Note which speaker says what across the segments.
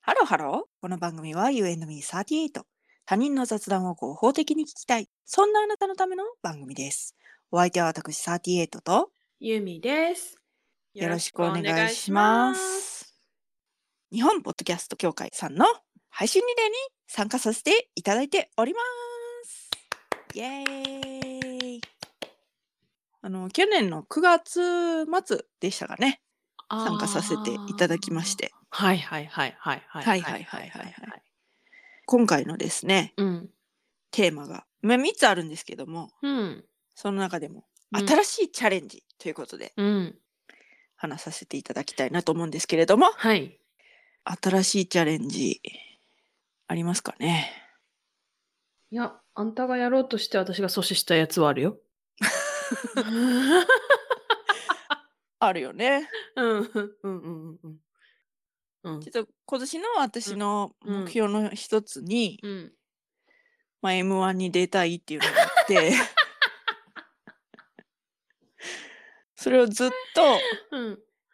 Speaker 1: ハローハロー。この番組は You and me38。他人の雑談を合法的に聞きたい。そんなあなたのための番組です。お相手は私38と
Speaker 2: ゆみです。
Speaker 1: よろしくお願いします。日本ポッドキャスト協会さんの配信リレーに参加させていただいております。イエーイ。あの、去年の9月末でしたかね。参加させていただきまして。
Speaker 2: はいはいはいはいはい
Speaker 1: はいはいはいはい。今回のですね、
Speaker 2: うん、
Speaker 1: テーマが、まあ、3つあるんですけども、
Speaker 2: うん、
Speaker 1: その中でも新しいチャレンジということで、
Speaker 2: うん、
Speaker 1: 話させていただきたいなと思うんですけれども、
Speaker 2: はい、
Speaker 1: 新しいチャレンジありますかね
Speaker 2: いや、あんたがやろうとして私が阻止したやつはあるよ。
Speaker 1: あるよね。
Speaker 2: うんうんうんうん
Speaker 1: うん。ちょっと今年の私の目標の一つに、
Speaker 2: うんうん、
Speaker 1: まあ M1 に出たいっていうのがあって、 それをずっと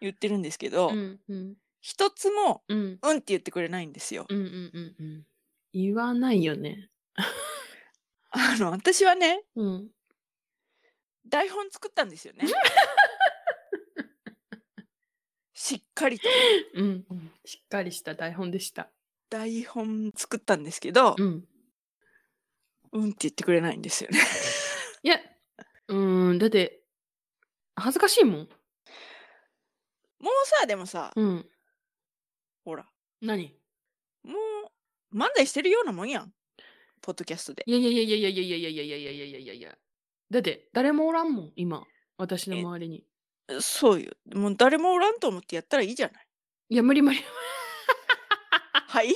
Speaker 1: 言ってるんですけど、
Speaker 2: うんうん、
Speaker 1: 一つも、
Speaker 2: うん、
Speaker 1: うんって言ってくれないんですよ。
Speaker 2: うんうんうんうん。言わないよね。
Speaker 1: あの、私はね、
Speaker 2: うん、
Speaker 1: 台本作ったんです よね。しっかりと、
Speaker 2: うん、うん、しっかりした台本でした
Speaker 1: 台本作ったんですけど、
Speaker 2: うん、
Speaker 1: うんって言ってくれないんですよ ね
Speaker 2: いやうんだって恥ずかしいもん
Speaker 1: もうさでもさ、
Speaker 2: うん、
Speaker 1: ほら
Speaker 2: 何
Speaker 1: もう漫才してるようなもんやんポッドキャストで
Speaker 2: いやいやいやいやいやいやいやいやいやいやいやいやいやだって誰もおらんもん今私の周りに
Speaker 1: そうよ。もう誰もおらんと思ってやったらいいじゃない。
Speaker 2: いや、無理無理。
Speaker 1: はい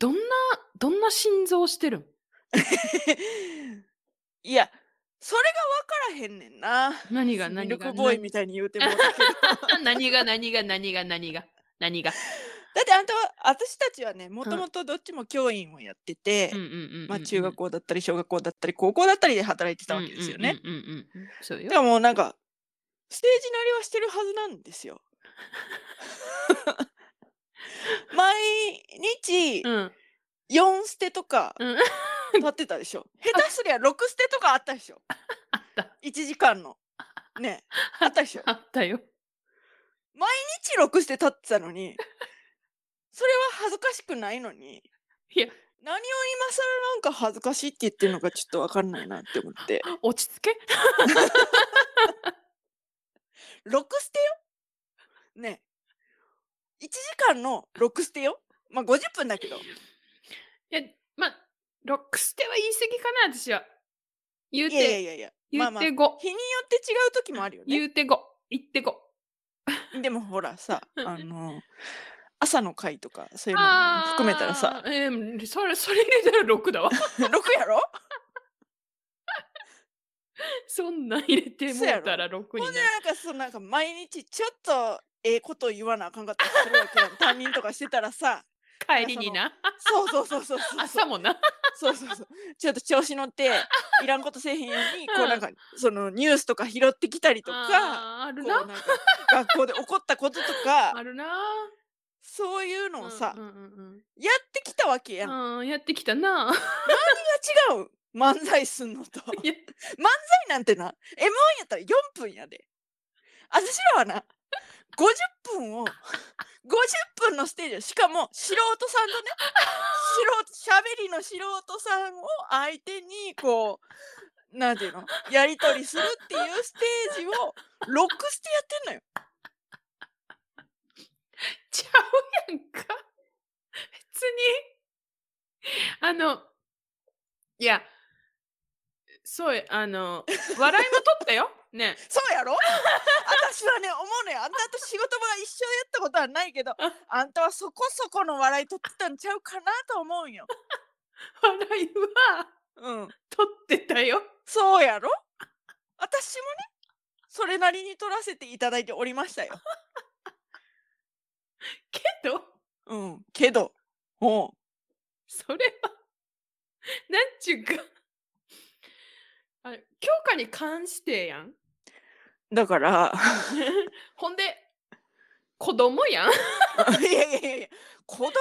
Speaker 2: どんな、どんな心臓してるん
Speaker 1: いや、それが分からへんねんな。
Speaker 2: 何が何
Speaker 1: がミルクボーイみたいに言うてもらったけ
Speaker 2: ど。何が 何が何が何が何が。
Speaker 1: だってあんたは私たちはねもともとどっちも教員をやってて中学校だったり小学校だったり高校だったりで働いてたわけですよね。でももうなんかステージなりはしてるはずなんです よ。毎日4捨てとか立ってたでしょ。下手すりゃ6捨てとかあったでしょ。
Speaker 2: あった
Speaker 1: 1時間の。ねあったでしょ。
Speaker 2: あったよ。
Speaker 1: 毎日6捨て立ってたのに。それは恥ずかしくないのに。
Speaker 2: いや、
Speaker 1: 何を今更なんか恥ずかしいって言ってるのかちょっとわかんないなって思って。
Speaker 2: 落ち着け
Speaker 1: 6捨てよねえ。1時間の6捨てよまあ50分だけど。い
Speaker 2: や、まあ、6捨ては言い過ぎかな、私は。言う
Speaker 1: い
Speaker 2: て、
Speaker 1: やいやいやいや。
Speaker 2: 言うて5。まあ
Speaker 1: まあ、日によって違う時もあるよね。
Speaker 2: 言うて5。言って5。
Speaker 1: でもほらさ、 あの、朝の会とかそういうのも含めたらさ、
Speaker 2: えー、それそれ入れたら6だわ
Speaker 1: 6やろ
Speaker 2: そんなん入れてもうたら6になる
Speaker 1: ほんでなんかそうなんか毎日ちょっとええこと言わなあかんかったりするわ けやん担任とかしてたらさ
Speaker 2: 帰りにな
Speaker 1: そうそうそうそうそう
Speaker 2: 朝もな
Speaker 1: そうそうそうちょっと調子乗 っていらんことせえへんように、こうなんかそのニュースとか拾ってきたりとか
Speaker 2: あるな
Speaker 1: 学校で起こったこととか
Speaker 2: あるな
Speaker 1: そういうのをさ、
Speaker 2: うんうんうん、
Speaker 1: やってきたわけやん。
Speaker 2: うん、やってきたな。
Speaker 1: 何が違う漫才すんのと。漫才なんてな、M1 やったら4分やで。あずしらはな、50分を、50分のステージを、しかも素人さんとね、素人、喋りの素人さんを相手に、こう、なんていうの、やり取りするっていうステージを、ロックステやってんのよ。
Speaker 2: ちゃうやんか。別に。あの、いや、そうや、あの、笑いも取ったよ。 ね。
Speaker 1: そうやろ私はね、思うのよ。あんたと仕事場が一緒やったことはないけど、あんたはそこそこの笑い取ってたんちゃうかなと思うんよ。
Speaker 2: 笑いは、
Speaker 1: うん。
Speaker 2: 取ってたよ。
Speaker 1: そうやろ私もね、それなりに取らせていただいておりましたよ。
Speaker 2: けど
Speaker 1: うんけどおう
Speaker 2: それはなんちゅうかあれ教科に関してやん
Speaker 1: だから
Speaker 2: ほんで子供やん
Speaker 1: いやいやいやいや子供をバ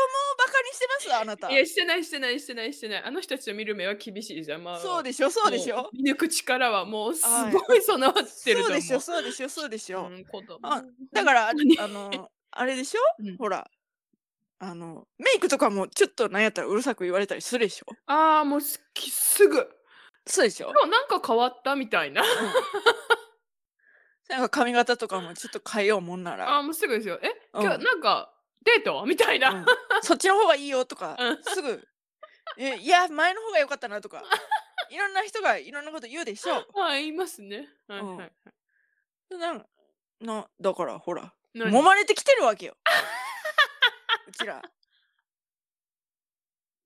Speaker 1: カにしてますあなた
Speaker 2: いやしてないしてないしてないしてないあの人たちを見る目は厳しいじゃんまあ
Speaker 1: そうでしょそうでしょ
Speaker 2: もう見抜く力はもうす
Speaker 1: はい
Speaker 2: ごい備わってる
Speaker 1: そう
Speaker 2: と思う
Speaker 1: でしょそうでしょそうでしょ、
Speaker 2: うん子供
Speaker 1: あだからあ
Speaker 2: 何
Speaker 1: あのあれでしょ、
Speaker 2: うん
Speaker 1: ほらあのメイクとかもちょっとなんやったらうるさく言われたりするで しょ
Speaker 2: あーもうすきすぐ
Speaker 1: そうでしょ
Speaker 2: 今日なんか変わったみたいな
Speaker 1: なんか髪型とかもちょっと変えようもんなら、
Speaker 2: あーもうすぐですよえ
Speaker 1: うん
Speaker 2: 今日なんかデートみたいな、
Speaker 1: うんそっちの方がいいよとか
Speaker 2: うん
Speaker 1: すぐえいや前の方が良かったなとかいろんな人がいろんなこと言うでし ょ
Speaker 2: あー言いますねはいは
Speaker 1: う
Speaker 2: い
Speaker 1: ん
Speaker 2: はい
Speaker 1: なんなだからほら
Speaker 2: 何
Speaker 1: 揉まれてきてるわけようちら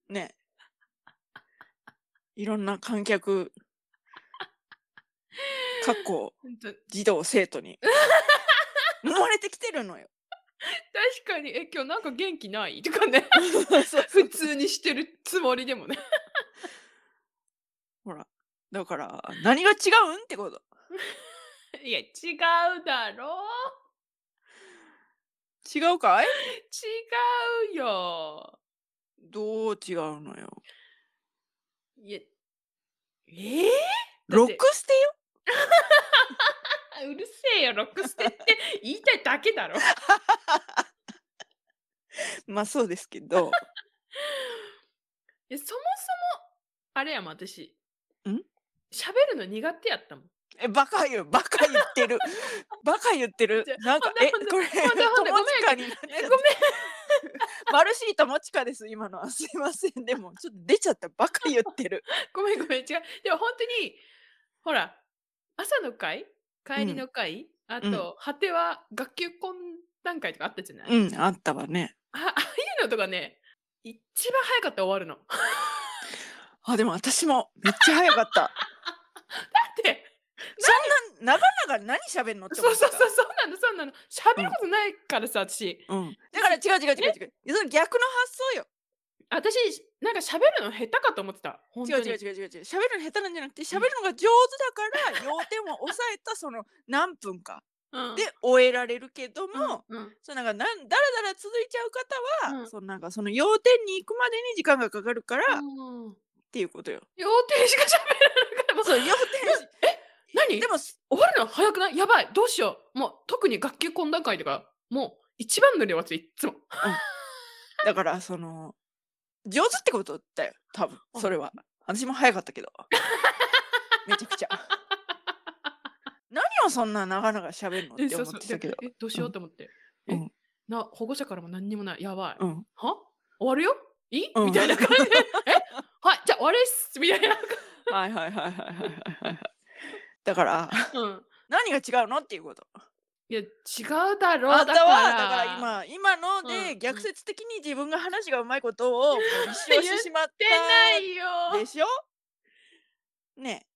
Speaker 1: ねいろんな観客かっこ
Speaker 2: ほんと確
Speaker 1: 児童生徒に揉まれてきてる のよ
Speaker 2: かにえ今日なんか元気ないとかね
Speaker 1: そうそう
Speaker 2: 普通にしてるつもりでもね
Speaker 1: ほらだから何が違うんってこと
Speaker 2: いや違うだろ
Speaker 1: 違うかい
Speaker 2: 違うよ
Speaker 1: どう違うのよ
Speaker 2: いやえだ
Speaker 1: ロ
Speaker 2: って
Speaker 1: ックステよ
Speaker 2: ー、うるせえよロックス テって言いたいだけだろ
Speaker 1: まあそうですけど
Speaker 2: いやそもそもあれやもん私
Speaker 1: ん
Speaker 2: 喋るの苦手やったもん
Speaker 1: えバカ言うバカ言ってるバカ言ってる
Speaker 2: じゃあ
Speaker 1: なんか
Speaker 2: ほん
Speaker 1: え
Speaker 2: とほんと
Speaker 1: これ
Speaker 2: ほんとほんと
Speaker 1: 友近になっち
Speaker 2: えごめ
Speaker 1: ゃ
Speaker 2: ん
Speaker 1: ったマルシー友近です今のは すいませんでもちょっと出ちゃったバカ言ってる
Speaker 2: ごめん ごめん違うでも本当にほら朝の会帰りの会、あと、
Speaker 1: うん
Speaker 2: 果ては学級懇談会とかあったじゃな い、
Speaker 1: うんあったわね
Speaker 2: あああいうのとかね一番早かったら終 わるのだ
Speaker 1: あでも私もめっちゃ早かった
Speaker 2: って
Speaker 1: そんな長々何喋んのって
Speaker 2: そ
Speaker 1: 思
Speaker 2: う
Speaker 1: っ
Speaker 2: そ
Speaker 1: た
Speaker 2: うそうそうなのそうなの喋ることないからさ、私
Speaker 1: うん、だから違う違う違う違ういやその逆の発想よ
Speaker 2: 私なんか喋るの下手かと思ってた本当
Speaker 1: 違う
Speaker 2: に
Speaker 1: 違う違う違う違う喋るの下手なんじゃなくて喋るのが上手だから 要点を抑えたその何分か
Speaker 2: うん
Speaker 1: で終えられるけども、
Speaker 2: うんうん
Speaker 1: そうなんかなんだらだら続いちゃう方は、
Speaker 2: うん
Speaker 1: そのなんかその要点に行くまでに時間がかかるから、っ
Speaker 2: うん
Speaker 1: ていうことよ。
Speaker 2: 要点しか喋らないからもう
Speaker 1: そう要点し
Speaker 2: 何
Speaker 1: でも
Speaker 2: 終わるの早くないやばいどうしようもう特に学級懇談会とかもう一番乗り終わっていっつも
Speaker 1: だからその上手ってことだよ多分
Speaker 2: あ
Speaker 1: それは私も早かった けどめちゃくちゃ。何をそんな長々喋るのって
Speaker 2: そう
Speaker 1: 思
Speaker 2: そう
Speaker 1: ってたけど
Speaker 2: で。えどうしようと思って、
Speaker 1: うん
Speaker 2: え
Speaker 1: うん
Speaker 2: な保護者からも何にもないやばい、
Speaker 1: うん、
Speaker 2: は終わるよいい、
Speaker 1: うん
Speaker 2: みたいな感じでえはいじゃあ終わりっすみたいな、
Speaker 1: はいはいはいはいはいはいはいはい。だから
Speaker 2: うん、
Speaker 1: 何が違うのっていうこと。
Speaker 2: いや違うだ ろ
Speaker 1: あん
Speaker 2: だ
Speaker 1: た
Speaker 2: から
Speaker 1: はだから今今の
Speaker 2: うんう
Speaker 1: で
Speaker 2: ん
Speaker 1: 逆説的に自分が話がうまいことをこう立証してしまっ
Speaker 2: 言ってな
Speaker 1: た
Speaker 2: いよ
Speaker 1: でしょねえ。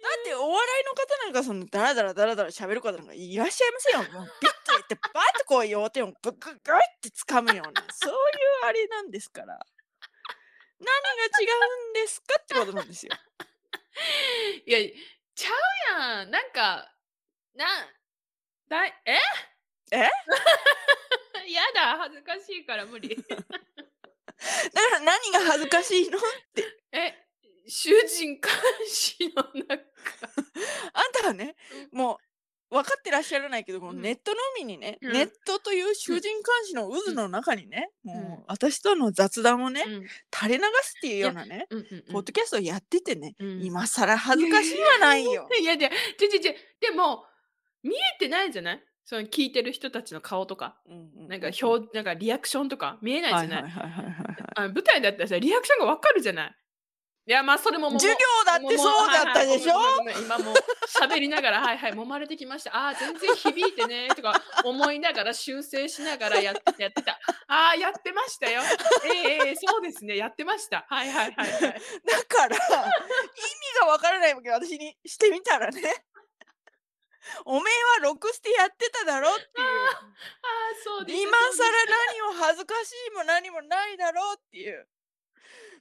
Speaker 1: だってお笑いの方なんかそのダラダラダラダラ喋る方なんかいらっしゃいませんよ。もうビッと言ってバッとこう要点をグッグッグッって掴むようなそういうあれなんですから。何が違うんですかってことなんですよ。
Speaker 2: いやちゃうやんなんかなんだいえ
Speaker 1: え
Speaker 2: やだ恥ずかしいから 無理
Speaker 1: だから何が恥ずかしいの
Speaker 2: え囚人監視の中
Speaker 1: あんたはね、もう分かってらっしゃらないけど、この
Speaker 2: うん
Speaker 1: ネットのみにね、
Speaker 2: うん
Speaker 1: ネットという囚人監視の渦の中にね、
Speaker 2: ん
Speaker 1: もう私との雑談をね、
Speaker 2: うん
Speaker 1: 垂れ流すっていうようなね、
Speaker 2: うんうん
Speaker 1: ポッドキャストをやっててね、
Speaker 2: うん
Speaker 1: 今更恥ずかしいはないよ。
Speaker 2: いやいやちょちょちょでも見えてないじゃないその聞いてる人たちの顔とかなんか
Speaker 1: 表
Speaker 2: 表なんかリアクションとか見えないじゃな
Speaker 1: は
Speaker 2: い,、
Speaker 1: いはいはいはいはい
Speaker 2: あの舞台だったらさリアクションがわかるじゃないいやまあそれももう
Speaker 1: 授業だってそうだったでしょ、
Speaker 2: もうもうはいはいごめんごめんごめん今もう喋りながら「はいはい揉まれてきましたあー全然響いてね」とか思いながら修正しながらややってた「あーやってましたよええええそうですねやってましたはいはいはいはい
Speaker 1: だから意味がわからないわけよ私にしてみたら ね。おめえはロクステやってただろっていう。
Speaker 2: あーそうです
Speaker 1: 今
Speaker 2: そうです
Speaker 1: 更何を恥ずかしいも何もないだろうっていう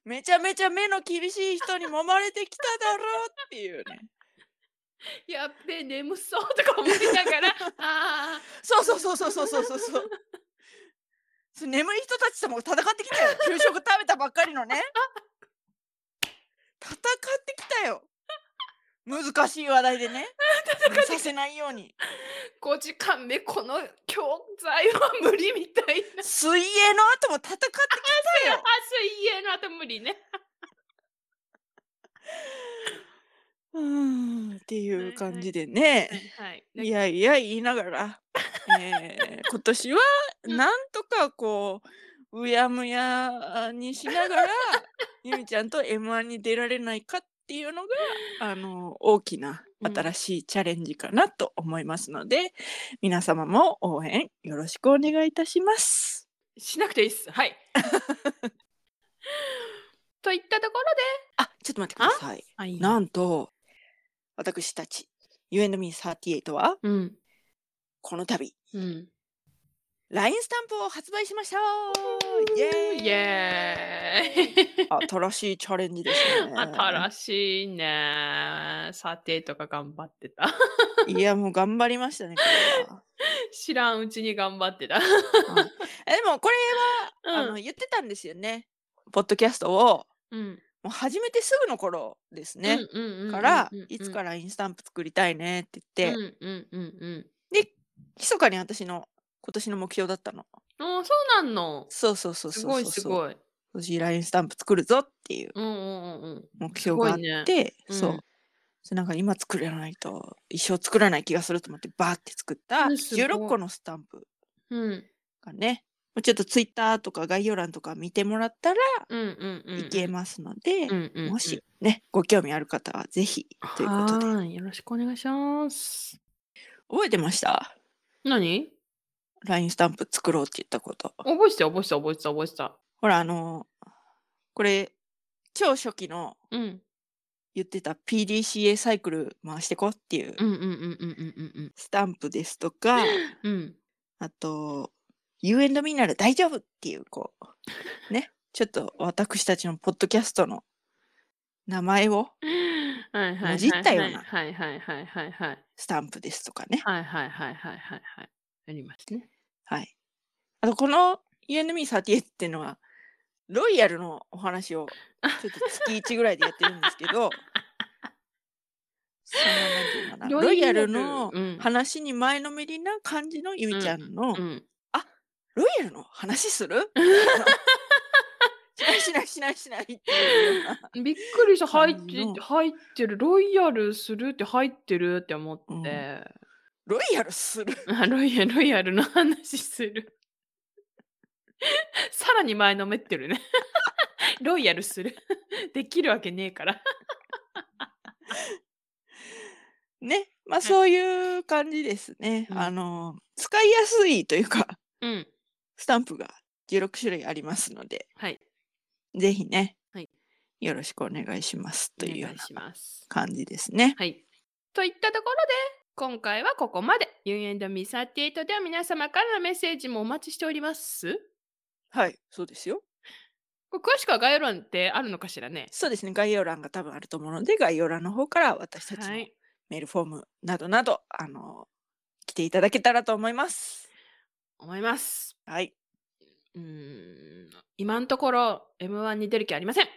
Speaker 1: めちゃめちゃ目の厳しい人に揉まれてきただろうっていうね
Speaker 2: やっべ眠そう」とか思いながら「あー
Speaker 1: そうそうそうそうそうそうそうそうその眠い人たちとも戦ってきたよ給食食べたばっかりのね戦ってきたよ難しい話題でね寝させないように
Speaker 2: 5時間目この教材は無理みたいな。
Speaker 1: 水泳の後も戦ってきたよ
Speaker 2: あ水泳の後無理ね。
Speaker 1: うーんっていう感じでね、
Speaker 2: はい。
Speaker 1: いやいや言いながら、えー今年 は
Speaker 2: うん
Speaker 1: なんとかこううやむやにしな がらゆみちゃんと m 1に出られないかっていうのがあの大きな
Speaker 2: うん
Speaker 1: 新しいチャレンジかなと思いますので、皆様も応援よろしくお願いいたします。
Speaker 2: しなくていいっす。はい。 といったところ
Speaker 1: あちょっと待ってください。
Speaker 2: で。はい
Speaker 1: なんと私たち U&Me38 は
Speaker 2: うん。
Speaker 1: この度
Speaker 2: うん。
Speaker 1: LINE スタンプを発売しましたイエーイ
Speaker 2: イエーイ。
Speaker 1: 新しいチャレンジですね。
Speaker 2: 新しいね。査定とか頑張ってた。
Speaker 1: いや、もう頑張りましたね、これは。
Speaker 2: 知らんうちに頑張ってた。
Speaker 1: えでも、これは、あ
Speaker 2: う
Speaker 1: の
Speaker 2: ん。
Speaker 1: 言ってたんですよね。ポッドキャストを、
Speaker 2: うん。
Speaker 1: もう始めてすぐの頃ですね。
Speaker 2: うんうんうんうんうん。
Speaker 1: から、いつかららインスタンプ作りたいねって
Speaker 2: う
Speaker 1: 言
Speaker 2: ん
Speaker 1: って、
Speaker 2: うんうん
Speaker 1: 密かに私の今年の目標だったの。
Speaker 2: うん。あそうなんの。
Speaker 1: そうそうそうそうそう。
Speaker 2: すごいすごい。
Speaker 1: 今年 LINE スタンプ作るぞっていう
Speaker 2: うんうんうんうん。
Speaker 1: 目標があっ
Speaker 2: す
Speaker 1: て、
Speaker 2: うん
Speaker 1: そう。それなんか今作らないと一生作らない気がすると思ってバーって作った
Speaker 2: うんすごい
Speaker 1: 16個のスタンプ
Speaker 2: うん
Speaker 1: がね、もうちょっとツイッターとか概要欄とか見てもらったら
Speaker 2: うんうんうんうん。
Speaker 1: いけますので、
Speaker 2: うんうんうん。
Speaker 1: もしね、ご興味ある方はぜひということで。
Speaker 2: はーいよろしくお願いします。
Speaker 1: 覚えてました
Speaker 2: 何
Speaker 1: ?LINE スタンプ作ろうって言ったこと。
Speaker 2: 覚えてた覚えてた覚えてた覚えてた。
Speaker 1: ほら、あのーこれ、超初期の
Speaker 2: うん。
Speaker 1: 言ってた PDCA サイクル回してこっていう
Speaker 2: うんうんうんうんうん
Speaker 1: スタンプですとか、
Speaker 2: うんうん。
Speaker 1: あと、You and me なら大丈夫っていう、こう、ね、ちょっと私たちのポッドキャストの名前を
Speaker 2: はいはいはいはい。
Speaker 1: もじったような
Speaker 2: はいはいはいはいはい。
Speaker 1: スタンプですとかね。
Speaker 2: はいはいはいはいはいはい。ありますね。
Speaker 1: はい。あと、この UNME38 っていうのは、ロイヤルのお話をちょっと月1ぐらいでやってるんですけ ど、そのなんていうのかなロイヤルの
Speaker 2: うん
Speaker 1: 話に前のめりな感じのゆみちゃんの
Speaker 2: う、ん。
Speaker 1: ロイヤルの話するみたいなしないしないしないしないっていうような。
Speaker 2: びっくりした入っ
Speaker 1: 感じの
Speaker 2: て入ってるロイヤルするって入ってるって思って、
Speaker 1: ロイヤルする
Speaker 2: あロイヤロイヤルの話する さらに前のめって るねロイヤルする できるわけねえから
Speaker 1: ね。まあ
Speaker 2: い
Speaker 1: そういう感じですね。
Speaker 2: うん
Speaker 1: あの、使いやすいというか、
Speaker 2: うん
Speaker 1: スタンプが16種類ありますので、
Speaker 2: はい
Speaker 1: ぜひね、
Speaker 2: はい
Speaker 1: よろしくお願いしますという
Speaker 2: お
Speaker 1: よ
Speaker 2: 願いうし
Speaker 1: な
Speaker 2: ます
Speaker 1: 感じですね。
Speaker 2: はいといったところで今回はここまで You&Me38 では皆様からのメッセージもお待ちしております
Speaker 1: はい、そうですよ。
Speaker 2: これ詳しくは概要欄ってあるのかしらね
Speaker 1: そうですね、概要欄が多分あると思うので、概要欄の方から私たちの
Speaker 2: はい
Speaker 1: メールフォームなどなど、あの、来ていただけたらと思います。
Speaker 2: 思います
Speaker 1: はい。
Speaker 2: うーん今のところ M1 に出る気ありません。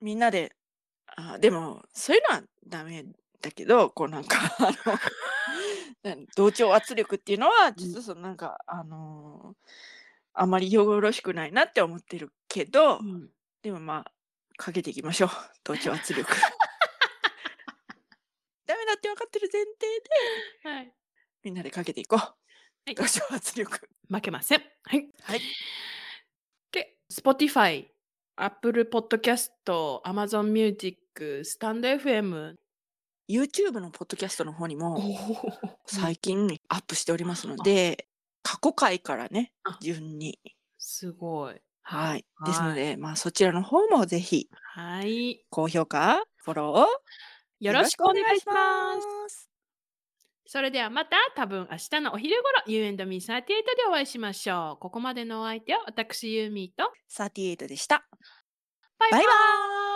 Speaker 1: みんなで、あでも、そういうのはダメだけど、こうなんか、あの、 なん同調圧力っていうのは、実はそのなんか、あのーあまりよろしくないなって思ってるけど、でもまあ、かけていきましょう。 同調圧力。ダメだって分かってる前提で、
Speaker 2: はい、
Speaker 1: みんなでかけていこう。
Speaker 2: い
Speaker 1: 同調圧力。
Speaker 2: 負けません。はい。
Speaker 1: はい。
Speaker 2: で、Spotify、Apple Podcast、Amazon Music、StandFM。
Speaker 1: YouTube のポッドキャストの方にも、
Speaker 2: 最
Speaker 1: 最近アップしておりますので、過去回からね
Speaker 2: あ、
Speaker 1: 順に。
Speaker 2: すごい。
Speaker 1: はい。
Speaker 2: はい
Speaker 1: ですので、まあそちらの方もぜひ、
Speaker 2: はい。
Speaker 1: 高評価、フォローを
Speaker 2: よろしくお願いします。
Speaker 1: す。
Speaker 2: それではまた多分明日のお昼頃 You&Me38 でお会いしましょう。ここまでのお相手は私ユーミーと
Speaker 1: 38でした。
Speaker 2: バイバ
Speaker 1: バイバ
Speaker 2: イ
Speaker 1: ーイ